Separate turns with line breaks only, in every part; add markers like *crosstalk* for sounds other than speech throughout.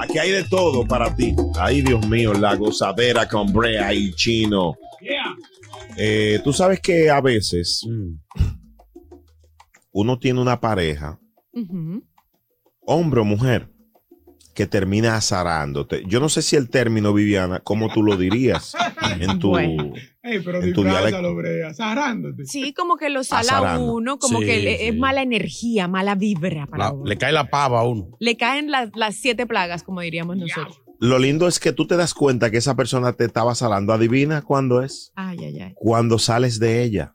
Aquí hay de todo para ti. Ay, Dios mío, la gozadera con Brea y Chino. Eh, Tú sabes que a veces uno tiene una pareja, hombre o mujer, que termina azarándote. Yo no sé si el término, Viviana, ¿cómo tú lo dirías en tu...
Bueno. Ey, pero
En tu
disfrázalo,
dialecto.
Brea, zarrándote.
Sí, como que lo sala
Azarando.
uno, como
Sí,
que le-
sí.
es mala energía, mala vibra para
La-
uno.
le
Le,
cae la pava a uno.
caen las, las siete plagas, como diríamos nosotros.
Lo lindo es que tú te das cuenta que esa persona te estaba azarando. Adivina cuándo es.
Ay, ay, ay.
Cuando sales de ella.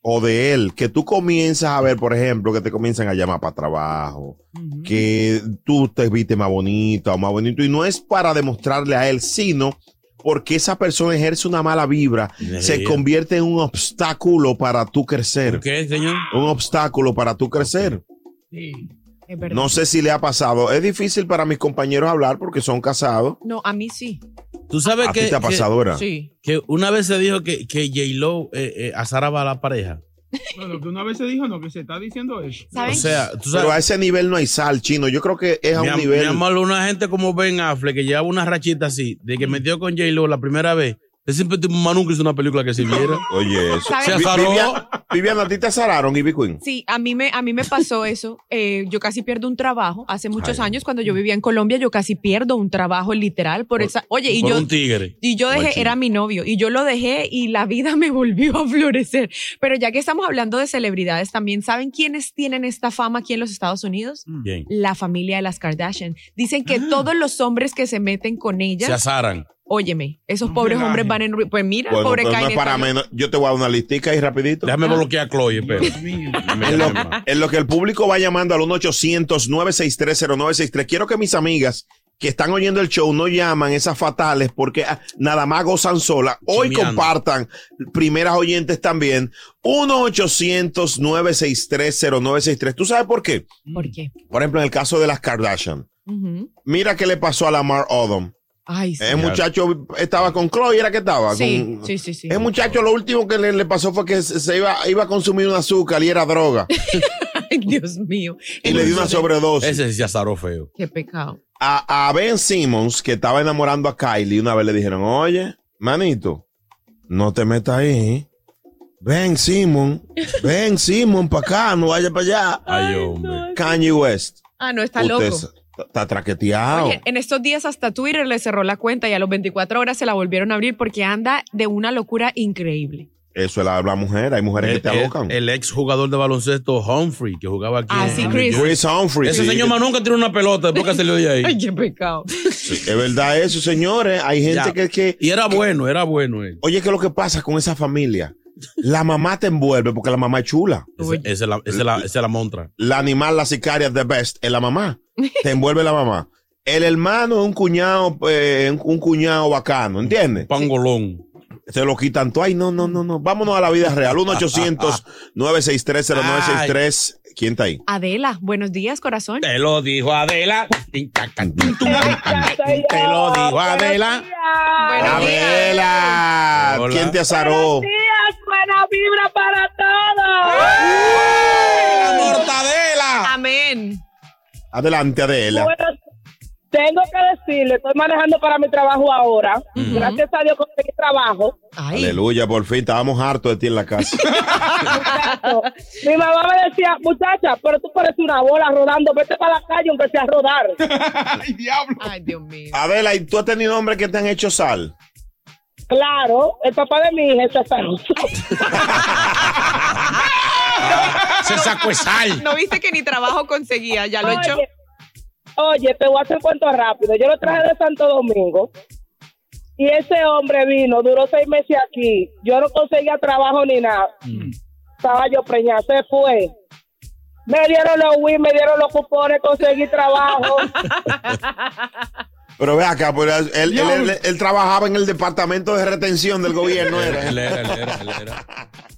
o de él, que tú comienzas a ver, por ejemplo, que te comienzan a llamar para trabajo,
Ujú.
que tú te viste más bonita o más bonito, y no es para demostrarle a él, sino porque esa persona ejerce una mala vibra, se convierte en un obstáculo para tú crecer,
¿Qué, señor?
un obstáculo para tú crecer.
Sí.
Es verdad.
No sé si le ha pasado, es difícil para mis compañeros hablar porque son casados.
No, a mí sí.
¿Tú sabes
¿A
que,
ti te ha
que-
pasado, verdad?
Sí.
que una vez se dijo que, que J-Lo eh, eh, azaraba a la pareja?
No, lo que una vez se dijo, no, que se está diciendo eso.
*laughs* ¿Saben?
O sea, tú
Pero a
sabes.
ese nivel no hay sal, chino. Yo creo que es a
Mi,
un
am- mi
nivel...
amor, una gente como Ben Affleck que llevaba una rachita así, de que metió con J-Lo la primera vez. Él siempre tuvo más nunca hizo una película que se viera.
*laughs* Oye, eso.
¿Saben?
Se
Vi-
azaró.
Viviana, Viviana, a ti te azararon, Ivy Queen.
Sí, a mí me, a mí me
*laughs*
pasó eso. Eh, yo casi pierdo un trabajo. Hace muchos
Ay.
años, cuando yo vivía en Colombia, yo casi pierdo un trabajo literal por,
Por-
esa. Oye, y
por
yo.
un tigre.
Y yo dejé,
Guachín.
era mi novio, y yo lo dejé y la vida *laughs* me volvió a florecer. Pero ya que estamos hablando de celebridades, también saben quiénes tienen esta fama aquí en los Estados Unidos?
Mm.
Bien.
La familia de las Kardashian. Dicen
Ah.
que todos los hombres que se meten con
Se
ellas,
azaran.
óyeme, esos
No
pobres
relaje.
hombres van en... ru- Pues mira,
Bueno,
pobre
pero no
Kanye Ah.
es para
está-
menos. Yo te voy a dar una listica ahí rapidito.
Déjame bloquear a Chloe, pero.
Dios mío.
En lo, en lo que el público va llamando al 1-800-963-0963. Quiero que mis amigas que están oyendo el show no llaman esas fatales porque ah, nada más gozan sola. Hoy
Chimeando.
compartan, primeras oyentes también, 1-800-963-0963. ¿Tú sabes por qué?
¿Por qué?
Por ejemplo, en el caso de las Kardashian.
Ujú.
Mira qué le pasó a Lamar Odom.
Ay, sí.
El Eh, muchacho estaba con Chloe, ¿era que estaba?
Sí,
Con-
sí, sí, sí.
El muchacho lo último que le, le pasó fue que se se iba, iba a consumir un azúcar y era droga.
Ay, *laughs* Dios mío.
Y le dio una sobredosis.
Ese sí se azaró feo.
Qué pecado.
A, a Ben Simmons, que estaba enamorando a Kylie, una vez le dijeron, oye, manito, no te metas ahí. Ben Simmons, Ben Simmons para acá, no vaya para allá.
Ay, hombre.
Kanye West,
Ah, no, está
usted
loco.
está- está traqueteado.
Oye, en estos días hasta Twitter le cerró la cuenta y a los 24 horas se la volvieron a abrir porque anda de una locura increíble.
Eso es la, la mujer, hay
Eh,
mujeres que te alocan.
el, ex jugador de baloncesto Humphrey, que jugaba aquí.
Ah,
en-
sí,
en-
Chris.
Chris Humphrey,
Ese
sí,
señor
que-
más nunca tiró una pelota después que salió de ahí.
*laughs* Ay, qué pecado.
es verdad eso, señores. Hay gente
Ya.
que, que
Y era bueno, era bueno él.
Oye, ¿qué es lo que pasa con esa familia? La mamá te envuelve porque la mamá es chula.
Ese-
Oye.
Esa es la, esa es la, esa es la montra.
La animal, la sicaria, the best, es la mamá. Te envuelve la mamá. El hermano es un cuñado, eh, un, un cuñado bacano, ¿entiendes?
Pangolón.
Te lo
*laughs*
quitan tú. Ay, no, no, no, no. Vámonos a la vida real. 1-800-963-0963. ¿Quién está ahí?
Adela, buenos días, corazón.
Te lo dijo Adela. Tin, tac, tan, tin, tum, tin, tan, tin. Te lo dijo Adela.
Buenos días.
Adela,
Hola.
¿quién te azaró?
¡La mortadela!
Amén.
Adelante, Adela.
Bueno, tengo que decirle, estoy manejando para mi trabajo ahora. Gracias a Dios conseguí trabajo.
Ay,
Aleluya, por fin, estábamos hartos de ti en la casa.
Muchacho, *laughs* mi mamá me decía, muchacha, pero tú pareces una bola rodando, vete para la calle aunque sea a rodar.
¡Ay, diablo!
ay, Dios mío.
Adela, ¿y tú has tenido hombres que te han hecho sal?
Claro, el papá de mi hija es *laughs* satanás.
Se sacó el
Pues
sal.
No viste que ni trabajo conseguía, ya lo he hecho.
Oye, Oye, te voy a hacer cuento rápido. Yo lo traje de Santo Domingo y ese hombre vino, duró seis meses aquí. Yo no conseguía trabajo ni nada. Estaba yo preñada, se fue. Me dieron los Wii, me dieron los cupones, conseguí trabajo.
Pero ve acá, pues, él, él- él- él- él trabajaba en el departamento de retención del gobierno. ¿eh? Era.
Él era, él era, él era.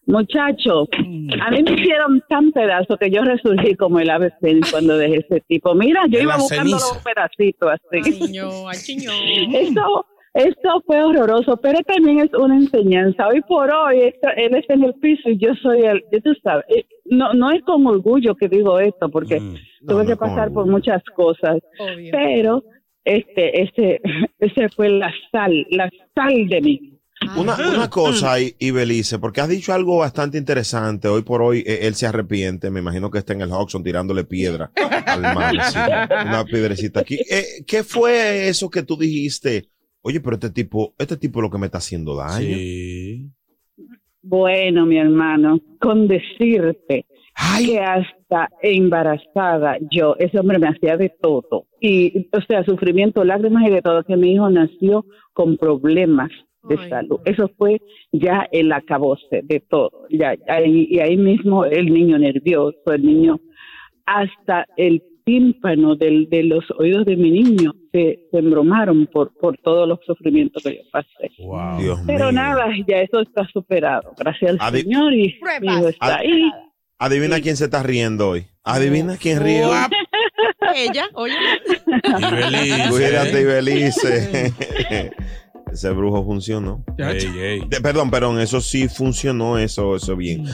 Muchachos,
Mm.
a mí me hicieron tan pedazo que yo resurgí como el ave fénix cuando dejé ese tipo. Mira, yo
En
iba
la
buscando
ceniza.
los pedacitos así.
Ay, ño, ay, chiño.
Eso, eso fue horroroso, pero también es una enseñanza. Hoy por hoy, esta- él está en el piso y yo soy el, ya tú sabes, eh, no, no es con orgullo que digo esto, porque
Mm.
No,
tuve
no
que
es con
pasar por
orgullo.
muchas cosas,
Obvio.
pero este, *laughs* ese, ese fue la sal, la sal de mí.
Una, una cosa, y, y Belice, porque has dicho algo bastante interesante. Hoy por hoy eh, él se arrepiente. Me imagino que está en el Hudson tirándole piedra al mar. sí. Una piedrecita aquí. Eh, ¿Qué fue eso que tú dijiste? Oye, pero este tipo, este tipo es lo que me está haciendo daño.
Sí.
Bueno, mi hermano, con decirte
Ay,
que hasta embarazada yo, ese hombre me hacía de todo. Y, o sea, sufrimiento, lágrimas y de todo, que mi hijo nació con problemas de
Ay.
salud. Eso fue ya el acabose de todo. Ya, ahí- y ahí mismo el niño nervioso, el niño, hasta el tímpano del- de los oídos de mi niño se, se embromaron por, por todos los sufrimientos que yo pasé.
Wow.
Dios
Pero
mío.
nada, ya eso está superado. Gracias al
Adi-
Señor y mi hijo está
Adi-
ahí.
Adivina quién se está riendo hoy. Adivina quién ríe. hoy?
*laughs* Ella, oye.
Y
Cuídate,
Belice. *laughs*
Belice. Ese brujo funcionó.
Ey, ey.
De- perdón, perdón, eso sí funcionó, eso, eso bien.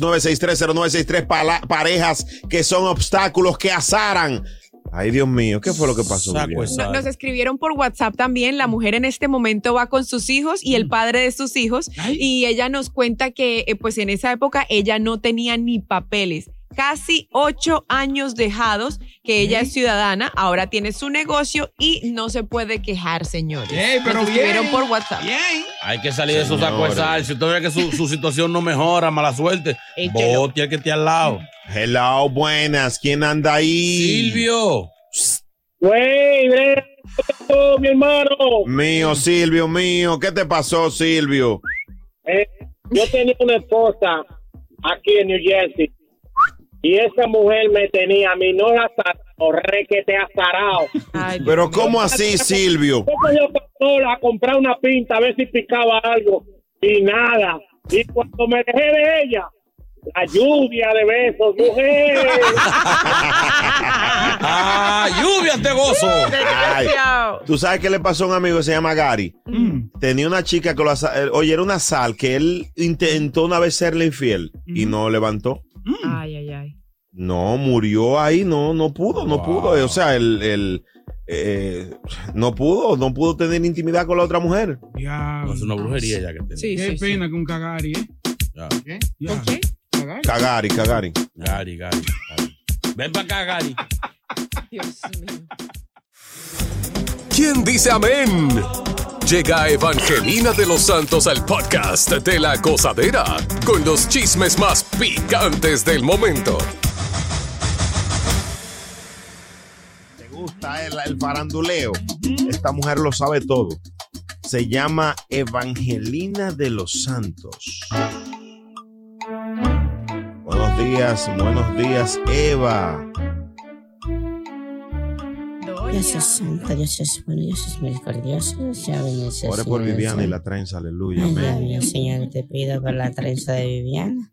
1-800-963-0963, pala- parejas que son obstáculos que azaran. Ay, Dios mío, ¿qué fue lo que pasó?
Saco
Pues,
Julián?
esa-
No- nos escribieron por WhatsApp también. La mujer en este momento va con sus hijos y
Mm.
el padre de sus hijos. Y ella nos cuenta que, eh, pues en esa época, ella no tenía ni papeles. Casi ocho años dejados que ella es ciudadana, ahora tiene su negocio y no se puede quejar, señores.
Ey, pero
Nos escribieron
bien.
por WhatsApp.
Bien.
Hay que salir de esos
Señores.
sacos de sal. Si usted ve que su, su situación no mejora, mala suerte,
Échelo.
bote al que esté al lado.
Hello, buenas, ¿quién anda ahí?
Silvio.
Güey, bre- oh, mi hermano.
Mío, Silvio, mío, ¿qué te pasó, Silvio?
Eh, Yo tenía una esposa aquí en New Jersey y esa mujer me tenía a mí, no la azarao, re que te azarao.
Ay, Dios
Pero
mío.
¿cómo así, Silvio?
Yo cogí otra sola a comprar una pinta a ver si picaba algo y nada. Y cuando me dejé de ella, la lluvia de besos,
*laughs*
mujer.
¡Ah, lluvia, te gozo!
Ay, Tú sabes qué le pasó a un amigo que se llama Gary. Tenía una chica que lo asa- eh, oye, era una sal que él intentó una vez serle infiel y no levantó.
Ay, ay, ay.
No, murió ahí, no, no pudo, no
Wow.
pudo. eh, O sea, el, el, eh, no pudo, no pudo tener intimidad con la otra mujer.
Ya.
No, es una brujería ya que tiene.
Sí,
Qué
sí, sí.
pena con Cagari, ¿eh?
Ya.
Ya.
¿Qué?
Cagari.
Cagari, cagari.
Gary, Gary, Gary. Ven para acá, Gary.
Dios mío.
¿Quién dice amén? Llega Evangelina de los Santos al podcast de la gozadera con los chismes más picantes del momento.
Te gusta el, el faranduleo. Esta mujer lo sabe todo. Se llama Evangelina de los Santos. Buenos días, buenos días, Eva.
Dios es santo, Dios es bueno, Dios es misericordioso. Ya bendice,
Ore por
Señor,
Viviana y
Señor.
la trenza, aleluya.
Ay, Dios
Amén.
mío, Señor, te pido por la trenza de Viviana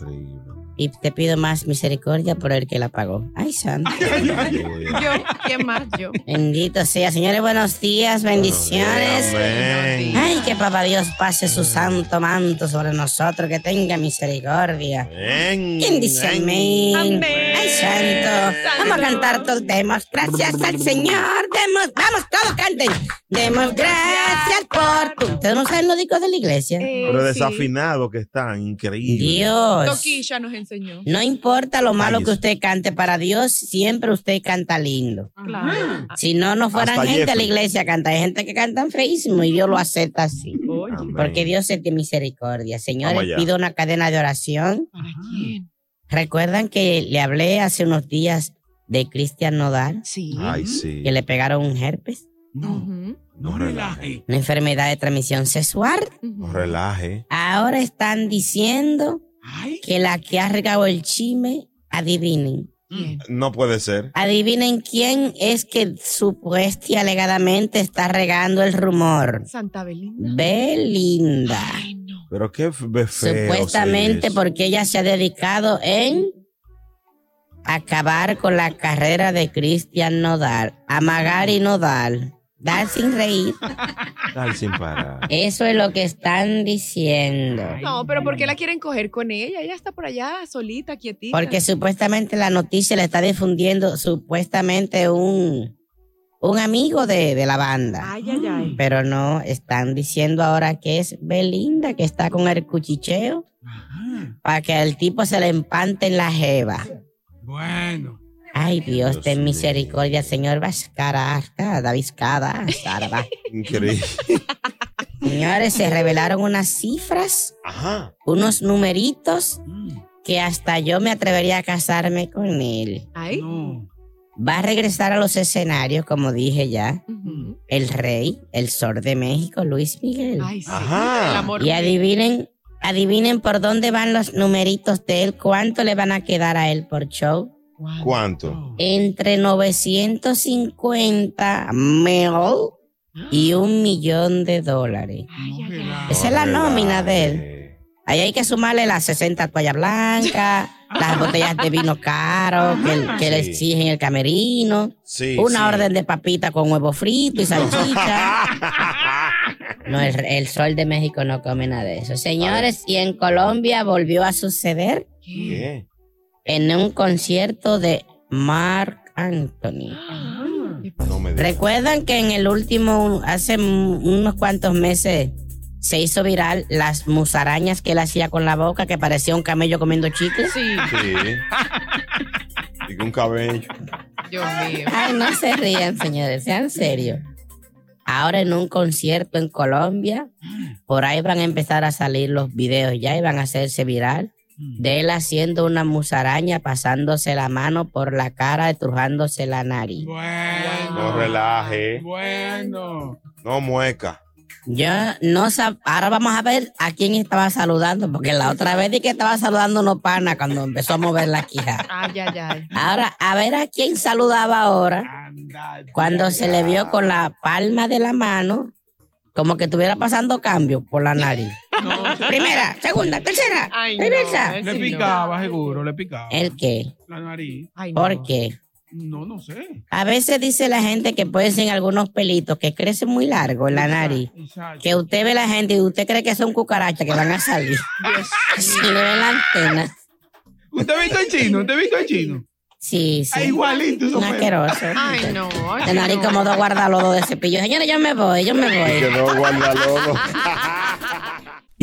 Increíble.
y te pido más misericordia por el que la pagó. Ay, santo.
Aleluya.
Yo, ¿qué más yo?
Bendito sea, señores, buenos días, bendiciones.
Amén.
Ay, que papá Dios pase su santo manto sobre nosotros, que tenga misericordia.
Amén.
¿Quién dice amén?
Amén.
Ay, santo. Vamos a cantar todos. Demos gracias al Señor. Demos, vamos, todos canten. Demos gracias por tu. Ustedes no saben los discos de la iglesia.
Eh,
Pero
sí.
desafinado que están, increíble.
Dios.
Toquilla nos enseñó.
No importa lo malo que
Calles.
usted cante para Dios, siempre usted canta lindo.
Claro.
Ah.
Ah,
Si no, no fueran
Hasta
gente a la
Jeffrey.
iglesia canta. Hay gente que canta feísimo y Dios lo acepta así.
Oye,
Amén.
Porque Dios es de misericordia.
Vamos
Señores,
allá.
pido una cadena de oración.
¿para quién?
Recuerdan que le hablé hace unos días de Cristian Nodal,
Sí.
Ay, sí.
que le pegaron un herpes,
No,
Ujú,
no relaje.
una enfermedad de transmisión sexual.
ujú.
No relaje.
Ahora están diciendo
Ay.
que la que ha regado el chisme, adivinen.
¿Quién?
No puede ser.
Adivinen quién es que supuesta y alegadamente está regando el rumor.
Santa Belinda.
Belinda.
Ay, no.
Pero qué f- feo.
Supuestamente
sí, eso.
porque ella se ha dedicado en acabar con la carrera de Cristian Nodal, amagar y Nodal, dar sin reír.
Dale
*laughs*
sin parar.
Eso es lo que están diciendo.
No, pero ¿por qué la quieren coger con ella? Ella está por allá, solita, quietita.
Porque supuestamente la noticia la está difundiendo supuestamente un, un amigo de, de la banda.
Ay, ay, ay.
Pero no, están diciendo ahora que es Belinda que está con el cuchicheo para que al tipo se le empante en la jeva.
Bueno.
Ay, Dios,
Dios
ten
mío.
misericordia, Señor. Vascara, ah, David Cada, Sarva.
Increíble.
Señores, se revelaron unas cifras,
Ajá.
unos numeritos que hasta yo me atrevería a casarme con él.
Ay.
No.
Va a regresar a los escenarios, como dije ya,
ujú.
el rey, el sol de México, Luis Miguel.
Ay, sí.
Ajá.
El amor.
Y adivinen, adivinen por dónde van los numeritos de él, cuánto le van a quedar a él por show.
¿Cuánto?
entre 950 mil y un millón de dólares.
Ay, ay, ay.
Esa es la
Relaje.
nómina de él. Ahí hay que sumarle las 60 toallas blancas,
*laughs*
las botellas de vino caro que, que le
Sí.
exigen el camerino,
Sí.
una
sí.
orden de papita con huevo frito
*laughs*
y salchicha. No, el, el sol de México no come nada de eso. Señores, y en Colombia volvió a suceder
¿Qué?
en un concierto de Mark Anthony.
No me digas.
¿Recuerdan que en el último, hace un- unos cuantos meses, se hizo viral las musarañas que él hacía con la boca, que parecía un camello comiendo chicles?
Sí, *laughs*
Sí. Y con cabello.
Dios mío.
*laughs* Ay, no se rían, señores, sean serios. Ahora en un concierto en Colombia, por ahí van a empezar a salir los videos ya y van a hacerse viral de él haciendo una musaraña, pasándose la mano por la cara y trujándose la nariz.
Bueno.
No relaje.
Bueno.
No mueca.
Yo no sab... Ahora vamos a ver a quién estaba saludando, porque la otra vez di que estaba saludando unos pana cuando empezó a mover la quija.
Ay, ay, ay.
Ahora, a ver a quién saludaba ahora, cuando se le vio con la palma de la mano, como que estuviera pasando cambio por la nariz. Primera, segunda, tercera,
Ay,
no, reversa.
Le
sí, no.
picaba, seguro, le picaba.
¿El qué?
La nariz.
¿Por qué?
No, no sé.
A veces dice la gente que pueden ser algunos pelitos que crecen muy largo en la nariz. Que usted ve la gente y usted cree que son cucarachas que van a salir. *laughs* Si le ve la antena.
¿Usted ha visto el chino? ¿Usted ha visto el chino?
Sí, sí.
Ah, igualito, eso
Un
fue.
asqueroso.
Ay, no. ay,
De nariz
no.
como dos guardalodos de cepillo. Señores, yo me voy, yo me
Que
voy.
no guarda lodo.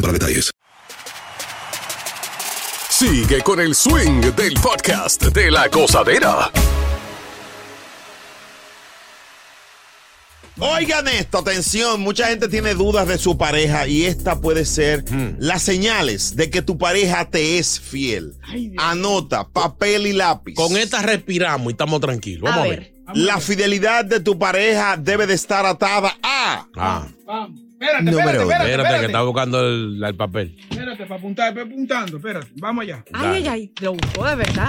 para detalles.
Sigue con el swing del podcast de la gozadera.
Oigan esto, atención, mucha gente tiene dudas de su pareja y esta puede ser
Hmm.
las señales de que tu pareja te es fiel. Anota papel y lápiz.
Con esta respiramos y estamos tranquilos.
A
Vamos a ver.
ver.
La fidelidad de tu pareja debe de estar atada a
Ah,
Vamos. Espérate,
Número
espérate,
uno.
espérate,
espérate, que
espérate.
estaba buscando el, el papel.
Espérate, para apuntar, para apuntando. Espérate, vamos allá.
Ay, ay, ay. Lo buscó de verdad.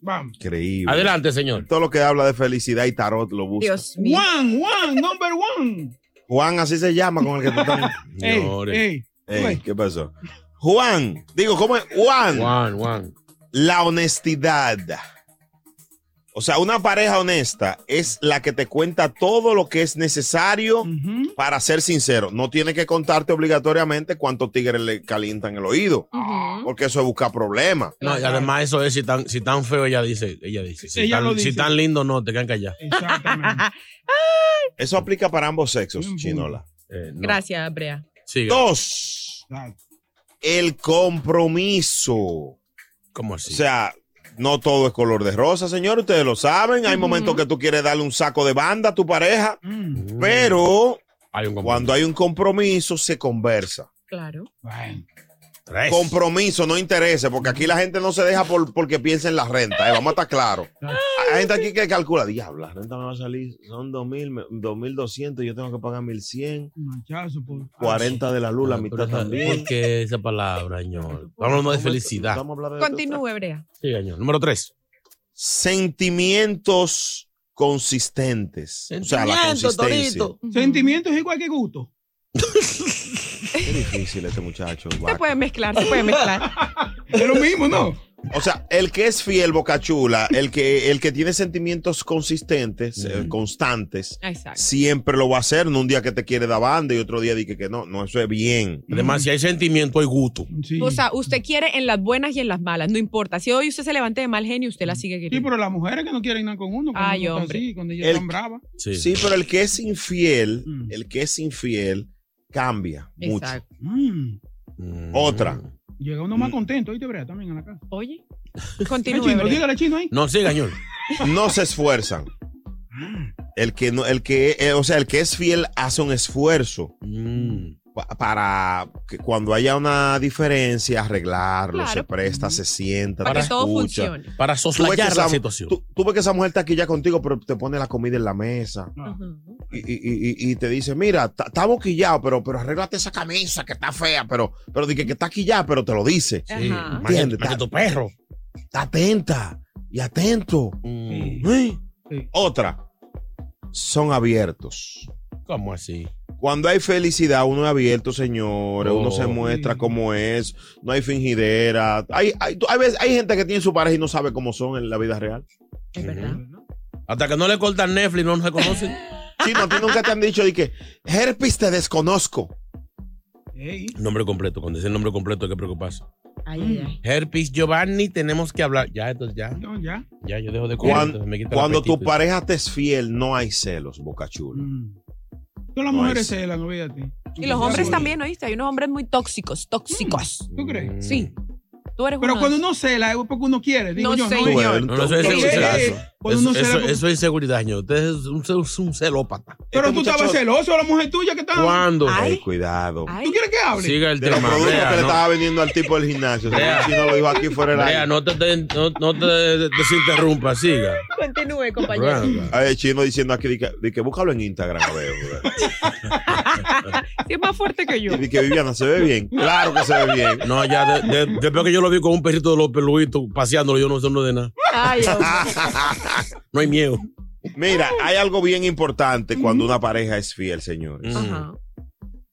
Vamos.
Increíble.
Adelante, señor.
Todo lo que habla de felicidad y tarot lo busca.
Dios mío.
One, one, number one.
Juan, así se llama con el que tú estás.
*laughs* Ey,
Señores.
ey.
Ey, ¿Qué pasó? Juan, digo, ¿cómo es? Juan,
Juan, Juan.
la honestidad. O sea, una pareja honesta es la que te cuenta todo lo que es necesario
Ujú.
para ser sincero. No tiene que contarte obligatoriamente cuántos tigres le calientan el oído,
Ujú.
porque eso es buscar problemas.
No, y además eso es, si tan, si tan feo, ella dice, ella dice. Si,
Ella
tan,
lo dice.
si tan lindo, no, te quedan callados.
*laughs*
Exactamente.
Eso aplica para ambos sexos,
Bien,
Chinola.
Eh, no.
Gracias, Brea.
Sigue.
Dos,
Exacto.
el compromiso.
¿Cómo
O
así?
sea, no todo es color de rosa, señor. Ustedes lo saben. Hay momentos que tú quieres darle un saco de banda a tu pareja,
Mm,
pero
hay un
cuando hay un compromiso se conversa.
Claro.
bueno.
Tres.
Compromiso, no interesa, porque aquí la gente no se deja por, porque piensa en la renta. eh, vamos a estar claros. Hay gente aquí que calcula, diablo, la renta me va a salir, son 2.000, me- 2.200, yo tengo que pagar 1.100,
Machazo, por
40 de la luz, la
Ah, Pero
mitad
esa-
también.
¿Por qué esa palabra, señor? Estamos hablando de felicidad.
Vamos a hablar de-
Continúe, Brea.
Sí, señor. Número tres.
Sentimientos consistentes. O sea, la consistencia.
Torito.
Sentimientos igual que gusto.
Qué difícil este muchacho.
Se
guaca.
puede mezclar, se puede mezclar.
Es lo mismo, ¿no?
O sea, el que es fiel, bocachula, el que, el que tiene sentimientos consistentes, eh, constantes,
Exacto.
siempre lo va a hacer. No un día que te quiere dar banda y otro día di que, que no. No, eso es bien.
Además, si hay sentimiento, hay gusto.
Sí.
O sea, usted quiere en las buenas y en las malas, no importa. Si hoy usted se levante de mal genio, usted la sigue
Sí,
queriendo.
pero las mujeres que no quieren nada con uno. Cuando
Ay,
uno está
hombre.
Así, cuando ellas
El-
están bravas.
Sí.
Sí, pero el que es infiel,
Mm.
el que es infiel, cambia mucho.
Exacto.
Mm,
Mm.
Otra.
Llega uno más contento, oíste, Brea, también a la casa. *laughs*
Oye,
El
continúe.
chino,
Brea.
dígale chino ahí.
No, siga, señor.
No se esfuerzan. El que no, el que, eh, o sea, el que es fiel hace un esfuerzo
Mm.
pa- para que cuando haya una diferencia arreglarlo,
Claro.
se presta, se sienta,
Para
te
que todo
escucha.
funcione.
Para
Tú ves, que
soslayar
esa,
la situación.
tú- tú ves que esa mujer está aquí ya contigo, pero te pone la comida en la mesa
Ah,
Ujú.
y, y- y- y- y te dice, mira, ta- está boquillado, pero, pero arréglate esa camisa que está fea, pero, pero di que, que está aquí ya, pero te lo dice.
Sí.
Ajá.
Más que-
Entiende,
más que
ta-
tu perro.
Está atenta y atento.
Mm.
¿Eh?
Sí.
Otra, son abiertos.
¿Cómo así?
Cuando hay felicidad, uno es abierto, señores. uno
Oh,
se muestra como es. No hay fingidera. Hay, hay, tú- hay veces- hay gente que tiene su pareja y no sabe cómo son en la vida real.
Es verdad.
Hasta que no le cortan Netflix, no nos
*laughs*
reconocen.
Chino, a ti nunca te han dicho de que herpes te desconozco.
Nombre completo, cuando dice el nombre completo hay que preocuparse.
ay, ay.
Herpes Giovanni, tenemos que hablar. Ya, entonces ya.
No, ya.
Ya, yo dejo de comer.
Cuando,
entonces me quita el
cuando tu
apetito. Mm.
pareja te es fiel, no hay celos, bocachula.
Todas las
No,
mujeres
ese-
celan, olvídate.
Y los hombres también, ¿oíste? Hay unos hombres muy tóxicos, tóxicos.
Mm. ¿Tú
Mm.
crees?
Sí. Tú eres
Pero
uno
cuando
de esos.
uno cela es porque uno quiere. Digo
No,
yo,
señor.
no.
No, no, eso es
Sí,
inseguridad.
eh,
sí, sí. Cuando uno
Eso,
cela
eso-
con-
eso es inseguridad, señor. Usted es un, es un celópata.
Pero
Este
tú estabas
muchacho-
celoso de la mujer tuya que estaba.
¿Cuándo?
Ey, cuidado.
Ay.
¿Tú quieres que hable?
Siga el
De los
tema.
productos
Brea,
que le
no-
estaba vendiendo al tipo del gimnasio.
Vea.
Si no lo dijo aquí fuera del
Brea,
aire.
no te, te- no, no te desinterrumpas, siga.
Continúe,
Brea,
compañero.
brea.
Ay, chino diciendo aquí, di que, di que búscalo en Instagram, a ver.
*laughs*
bro.
Sí, es más fuerte que yo.
Y di que Viviana se ve bien. Claro que se ve bien.
No, ya, de- de- después que yo lo vi con un perrito de los peluitos paseándolo, yo no sé no de nada.
Ay, hombre.
No hay miedo.
Mira, hay algo bien importante cuando una pareja es fiel,
Mm.
Mm.
señores.
Ajá.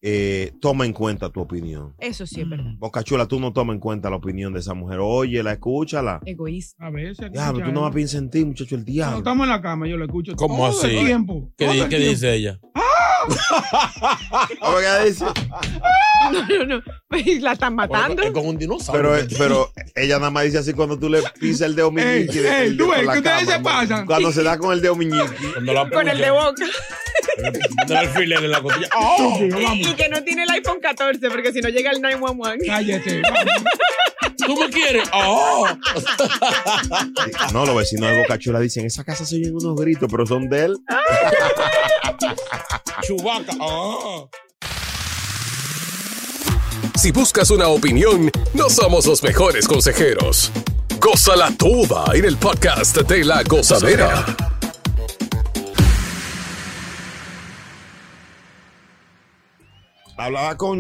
Eh, toma en cuenta tu opinión.
Eso sí es verdad.
Bocachula, tú no tomas en cuenta la opinión de esa mujer. Oye, la escúchala.
Egoísta.
Mm. A veces. aquí
Diablo, *laughs*
ya-
tú no vas a pensar en ti, muchacho, el
Cuando
diablo.
estamos en la cama, yo lo escucho
¿Cómo
todo
así?
el tiempo.
¿Qué, di-
todo el
qué
tiempo.
dice ella?
Ah, porque ella dice-
No, *laughs* no, no. La están matando.
Es con un dinosaurio.
Pero, eh,
*laughs*
pero ella nada más dice así cuando tú le pisas el dedo
Ey,
meñique.
ey,
el-
tú
con
ves
la
que ustedes
cama,
se
¿no?
pasan.
Cuando se da con el dedo meñique.
Cuando la
Con el de
puncha, *laughs*
boca.
cuando el alfiler en la
*laughs*
costilla. ¡Ah!
Y, y que no tiene el iPhone 14, porque si no llega el 911. *laughs*
Cállate. vamos.
¿Tú me quieres? ¡Oh!
No, los vecinos de Bocachula dicen, esa casa se oyen unos gritos, pero son de él.
*laughs*
¡Chubaca!
ah.
¡Oh!
Si buscas una opinión, no somos los mejores consejeros. Cosa la tuba en el podcast de la gozadera.
Hablaba con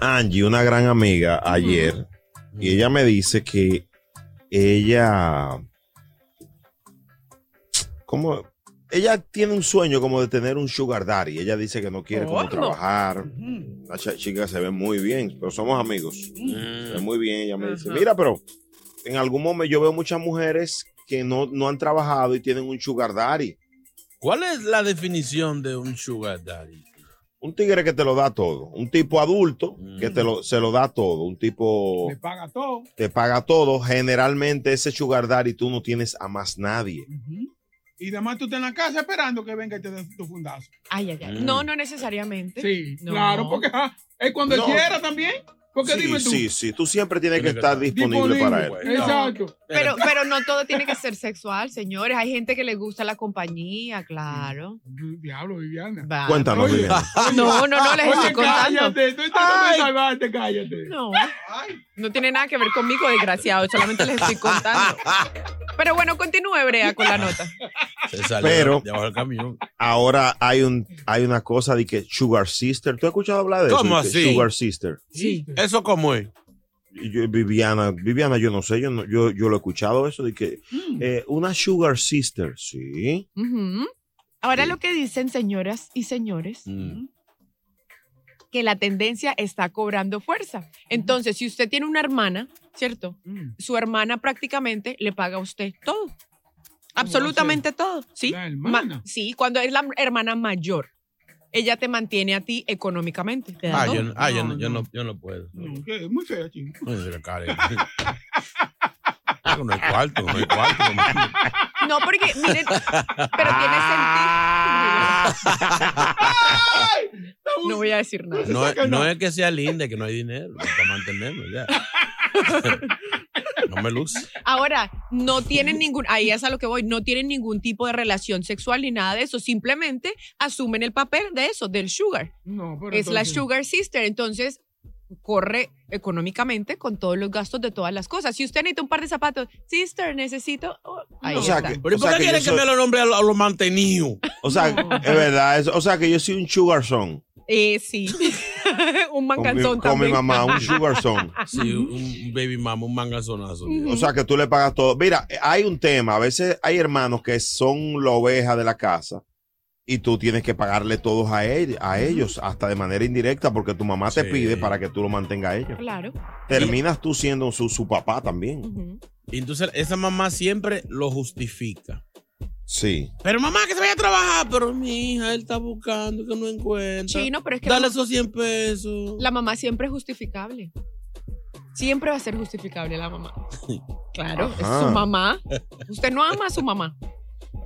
Angie, una gran amiga, ayer, y ella me dice que ella. Como. Ella tiene un sueño como de tener un sugar daddy. Ella dice que no quiere como trabajar. La cha- chica se ve muy bien, pero somos amigos. Se ve muy bien. Ella me dice, mira, pero en algún momento yo veo muchas mujeres que no, no han trabajado y tienen un sugar daddy.
¿Cuál es la definición de un sugar daddy?
Un tigre que te lo da todo. Un tipo adulto
Mm.
que te lo, se lo da todo. Un tipo
Le paga todo.
te paga todo. Generalmente ese sugar daddy tú no tienes a más nadie.
Y además tú estás en la casa esperando que venga y te dé tu fundazo.
Ay, ay, ay.
Mm.
No, no necesariamente.
Sí,
No.
claro, porque ja, es cuando él
No.
quiera también. Porque
sí,
dime tú.
sí, sí. Tú siempre tienes que
Tiene que
estar
estar
disponible, para él.
Bueno.
Exacto.
Pero, pero no todo tiene que ser sexual, señores. Hay gente que le gusta la compañía, claro.
Diablo, Viviana.
Va.
Cuéntanos,
Oye.
Viviana.
No, no, no, les estoy
Oye,
contando.
cállate. Estoy tratando de
Ay.
salvarte, cállate.
No, no tiene nada que ver conmigo, desgraciado. Solamente les estoy
*laughs*
contando. Pero bueno, continúe, Brea, con la nota.
Se salió
Pero-
de abajo del camión.
Ahora hay, un, hay una cosa de que Sugar Sister. ¿Tú has escuchado hablar de
¿Cómo
eso? De que
así?
Sugar Sister.
Sí.
¿Eso cómo es?
Y yo- Viviana, Viviana, yo no sé, yo, no- yo, yo lo he escuchado eso de que
Mm.
eh, una Sugar Sister, sí.
Ujú. Ahora lo que dicen, señoras y señores,
Mm.
que la tendencia está cobrando fuerza. Entonces, si usted tiene una hermana, ¿cierto?
Mm.
Su hermana prácticamente le paga a usted todo. Absolutamente todo, ¿sí?
La hermana.
Ma- sí, cuando es la hermana mayor. Ella te mantiene a ti económicamente. te da
Ah,
todo.
yo, no- ah, yo
No,
no, yo
no.
no, yo no puedo.
No, que es muy fea, chico.
Ay, la Karen. *laughs* Ah, No hay cuarto, no hay cuarto.
No, porque, mire, pero tiene
Ah.
sentido. No voy a decir nada.
No, Pues es- no es que sea linda, es que no hay dinero para mantenerlo. Ya. No me luce.
Ahora, no tienen ningún, ahí es a lo que voy, no tienen ningún tipo de relación sexual ni nada de eso, simplemente asumen el papel de eso, del sugar.
No, pero
Es la
entonces-
sugar sister, entonces corre económicamente con todos los gastos de todas las cosas. Si usted necesita un par de zapatos, sister, necesito... oh, ahí
O sea
está.
que-
Pero ¿y
o
por
sea que
qué
yo
quieren que
soy-
me lo nombre a lo, a lo mantenido?
O sea,
No.
es verdad. es- o sea, que yo soy un Sugar Son.
Eh, sí, *laughs* un
Con mi,
manganzón
con mi
también. *laughs*
mamá, un Sugar Son.
Sí, un- un baby mama, un mangazonazo.
O sea, que tú le pagas todo. Mira, hay un tema. A veces hay hermanos que son la oveja de la casa y tú tienes que pagarle todos a, él, a ellos, hasta de manera indirecta, porque tu mamá te
Sí.
pide para que tú lo mantengas a ellos.
Claro.
Terminas tú siendo su, su papá también.
Y entonces esa mamá siempre lo justifica.
Sí.
Pero mamá, que se vaya a trabajar. Pero mi hija, él está buscando que no encuentra.
Chino, pero es que
Dale
la-
esos 100 pesos.
La mamá siempre es justificable. Siempre va a ser justificable la
*laughs*
mamá. Claro, es
Ajá.
su mamá. Usted no ama a su mamá.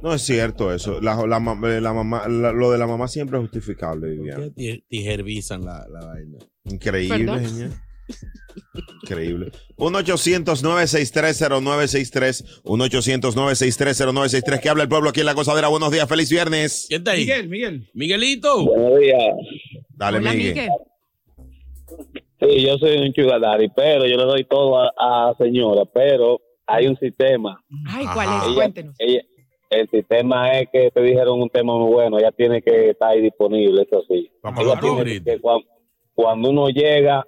No es cierto eso. La, la ma- eh, la mamá, la- lo de la mamá siempre es justificable, Viviana.
Ti- Tijervisan la, la vaina.
Increíble,
¿Perdón?
señor. Increíble. 1-800-963-0963. 1-800-963-0963. Que habla el pueblo aquí en la gozadera. Buenos días, feliz viernes.
¿Quién está ahí?
Miguel, Miguel.
Miguelito.
Buenos días.
Dale, Miguel.
Sí, yo soy un sugar daddy, pero yo le doy todo a, a señora, pero hay un sistema.
Ay, ¿cuál
Ajá.
es?
Ella-
Cuéntenos.
ella- el sistema es que te dijeron un tema muy bueno, ella tiene que estar ahí disponible, eso sí.
Vamos
Ella tiene que cuan- cuando, uno llega,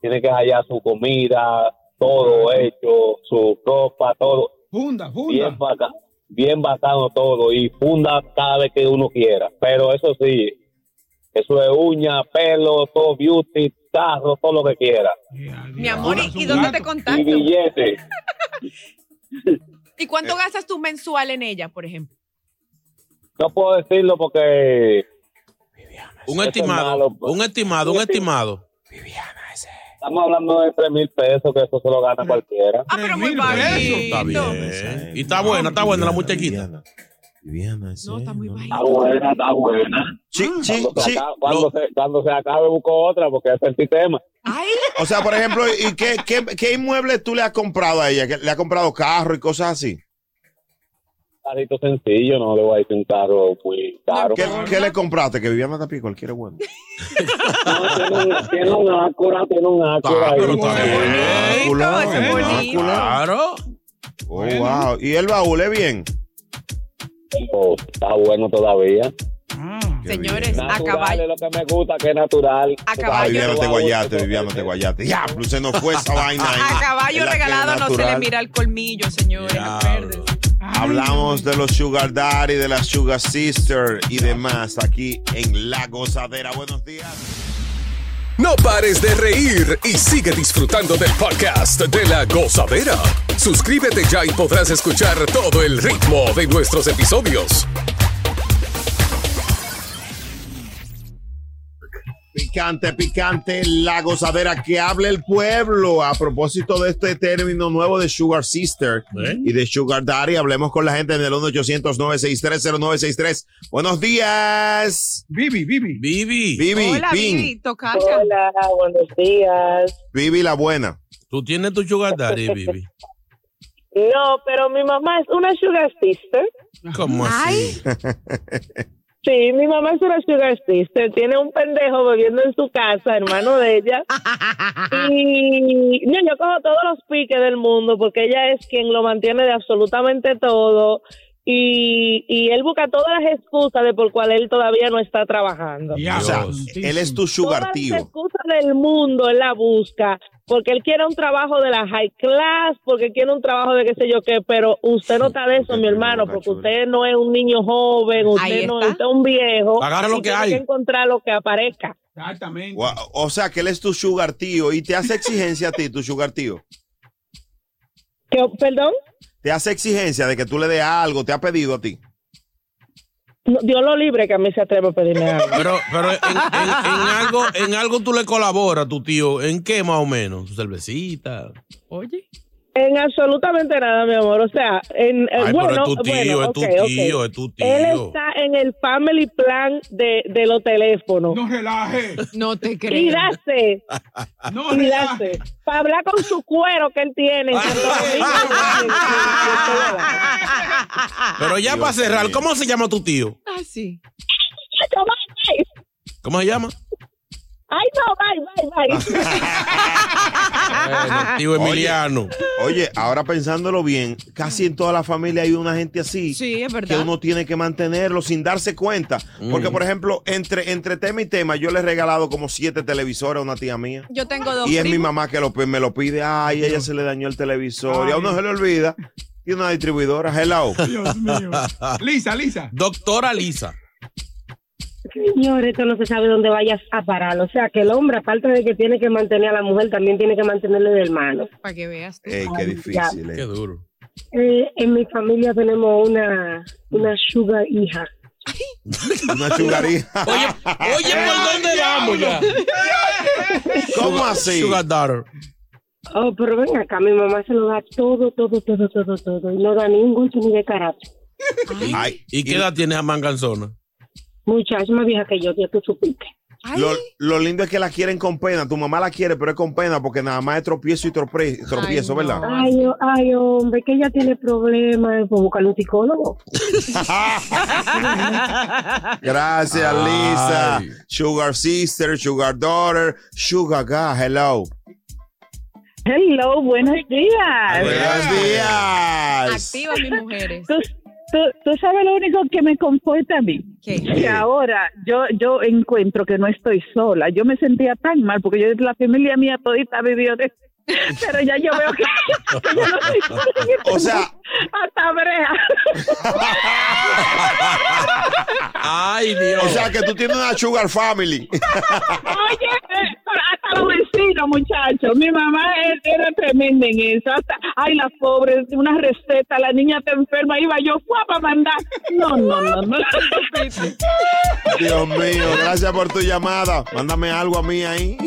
tiene que hallar su comida, todo hecho, su ropa, todo.
Funda,
Bien, baca- bien bacano todo y funda cada vez que uno quiera. Pero eso sí, eso es uña, pelo, todo beauty, carro, todo lo que quiera.
Mi amor, ¿y, y dónde te
Y
contacto?
billete.
¿Y cuánto gastas tú mensual en ella, por ejemplo?
No puedo decirlo porque
Un estimado, un estimado, un estimado.
pues. estamos hablando de 3 mil pesos, que eso se lo gana cualquiera.
Ah, pero muy bajito.
Está bien. Y está buena, está buena la muchachita.
No, está muy bajito.
Está buena, está buena. cuando, Se acabe, cuando, se, cuando se acabe, busco otra porque ese es el sistema.
O sea, por ejemplo, ¿y qué, qué, qué inmueble tú le has comprado a ella? ¿Que ¿Le has comprado carro y cosas así?
Carrito sencillo, no le voy a decir un carro muy caro.
¿Qué, qué le compraste? Que Viviana Tapia cualquiera es bueno.
Tiene un Acura, tiene un Acura. ahí.
Culo, eh, culo.
Claro.
Oh, wow. ¿Y el baúl es bien?
Oh, está bueno todavía.
Señores, a
Natural
caballo.
es lo que me gusta, que es natural.
A
Ah,
caballo.
Viviana, te guayaste, Viviana, te guayaste. Ya, pues, se nos fue esa vaina. ahí.
*laughs* A caballo
Es la que es
regalado no se le
natural. Ah.
mira el colmillo, señores. acuérdense.
Hablamos de los Sugar Daddy, de las Sugar Sister y demás aquí en La Gozadera. Buenos días.
No pares de reír y sigue disfrutando del podcast de la gozadera. Suscríbete ya y podrás escuchar todo el ritmo de nuestros episodios.
Picante, picante, La Gozadera, que hable el pueblo. A propósito de este término nuevo de Sugar Sister
¿Eh?
y de Sugar Daddy, hablemos con la gente en el 1-800-963-0963. Buenos días.
Vivi, Vivi.
Vivi.
Vivi,
Hola,
Vin.
Vivi, tocacha.
Hola, buenos días.
Vivi la buena.
Tú tienes tu sugar daddy, Vivi.
No, pero mi mamá es una sugar sister.
¿Cómo así?
Sí, mi mamá es una sugar sister. Tiene un pendejo bebiendo en su casa, hermano de
*laughs*
ella. Y no, yo cojo todos los piques del mundo porque ella es quien lo mantiene de absolutamente todo. Y, y él busca todas las excusas de por cuál él todavía no está trabajando.
O sea,
Dios.
él es tu sugar
Todas
tío.
las excusas del mundo él la busca, porque él quiere un trabajo de la high class, porque quiere un trabajo de qué sé yo qué, pero usted no está de eso, mi hermano, porque usted no es un niño joven,
Ahí
usted no
está.
es usted es un viejo.
Agarra lo
y
que
tiene
hay.
encontrar lo que aparezca.
Exactamente.
Gua- O sea, que él es tu sugar tío y te hace exigencia a ti, tu sugar tío.
¿Qué- ¿Perdón?
Te hace exigencia de que tú le des algo, te ha pedido a ti.
No, Dios lo libre que a mí se atreva a pedirme
*laughs*
algo.
Pero, pero en, en- en algo, en algo tú le colaboras, tu tío. ¿En qué más o menos? Su cervecita.
Oye.
En absolutamente nada, mi amor. O sea, en, eh,
Ay,
bueno,
pero es tu tío,
bueno,
es tu
ok, ok.
tío, es tu tío.
Él está en el family plan de, de los teléfonos.
No relaje.
No te creo.
Y dase,
No relaje.
cuidarse para hablar con su cuero que él tiene. en Santo Domingo.
Pero ya para cerrar, ¿cómo se llama tu tío?
Ah, sí.
¿Cómo se llama?
Ay, no, bye, bye, bye.
*laughs*
Ah.
Bueno, tío
Oye.
Emiliano.
Oye, ahora pensándolo bien, casi en toda la familia hay una gente así.
Sí, es
que
verdad.
uno tiene que mantenerlo sin darse cuenta.
Mm.
Porque, por ejemplo, entre, entre tema y tema, yo le he regalado como siete televisores a una tía mía.
Yo tengo dos
Y es mi
primos.
mamá que lo, me lo pide. Ay, ella se le dañó el televisor. Y a uno se le olvida.
*laughs*
Tiene una distribuidora. Hello.
Dios mío. Lisa, Lisa.
Doctora Lisa.
Señor, esto no se sabe dónde vayas a parar. O sea, que el hombre, aparte de que tiene que mantener a la mujer, también tiene que mantenerle del hermano.
Para que veas.
Ey, qué difícil.
Qué duro.
Eh, en mi familia tenemos una, una sugar hija.
Una chugaría.
Oye, oye, ¿por dónde vamos ya?
¿Cómo así?
Sugar daughter.
Oh, pero ven acá, mi mamá se lo da todo, todo, todo, todo, todo. Y no da ningún golpe ni de carácter.
¿Y qué edad tiene a Manganzona?
Muchacho más vieja que yo, ya tú supiste.
Lo, lo lindo es que la quieren con pena. Tu mamá la quiere, pero es con pena porque nada más es tropiezo y tropre- tropiezo, ¿verdad?
Ay, oh, ay, hombre, que ella tiene problemas. Pues buscarle un
*laughs*
psicólogo.
Gracias, Lisa. Sugar Sister, Sugar Daughter, Sugar God. Hello.
Hello, buenos días.
Buenos días.
Activas mis mujeres.
Tú, tú, tú sabes lo único que me conforta a mí. Que ahora yo, yo encuentro que no estoy sola. Yo me sentía tan mal porque yo la familia mía todita vivió de... *laughs* Pero ya yo veo que, que yo no estoy sola.
O sea...
Hasta brea.
Ay, Dios.
O sea que tú tienes una Sugar
*laughs*
Family. *laughs*
Oye, eh, pero hasta los vecinos, muchachos. Mi mamá eh, era tremenda en eso. Hasta, ay, la pobre, una receta, la niña está enferma, iba yo, guapa, mandar. No, no, no, no.
Dios mío, gracias por tu llamada. Mándame algo a mí ahí.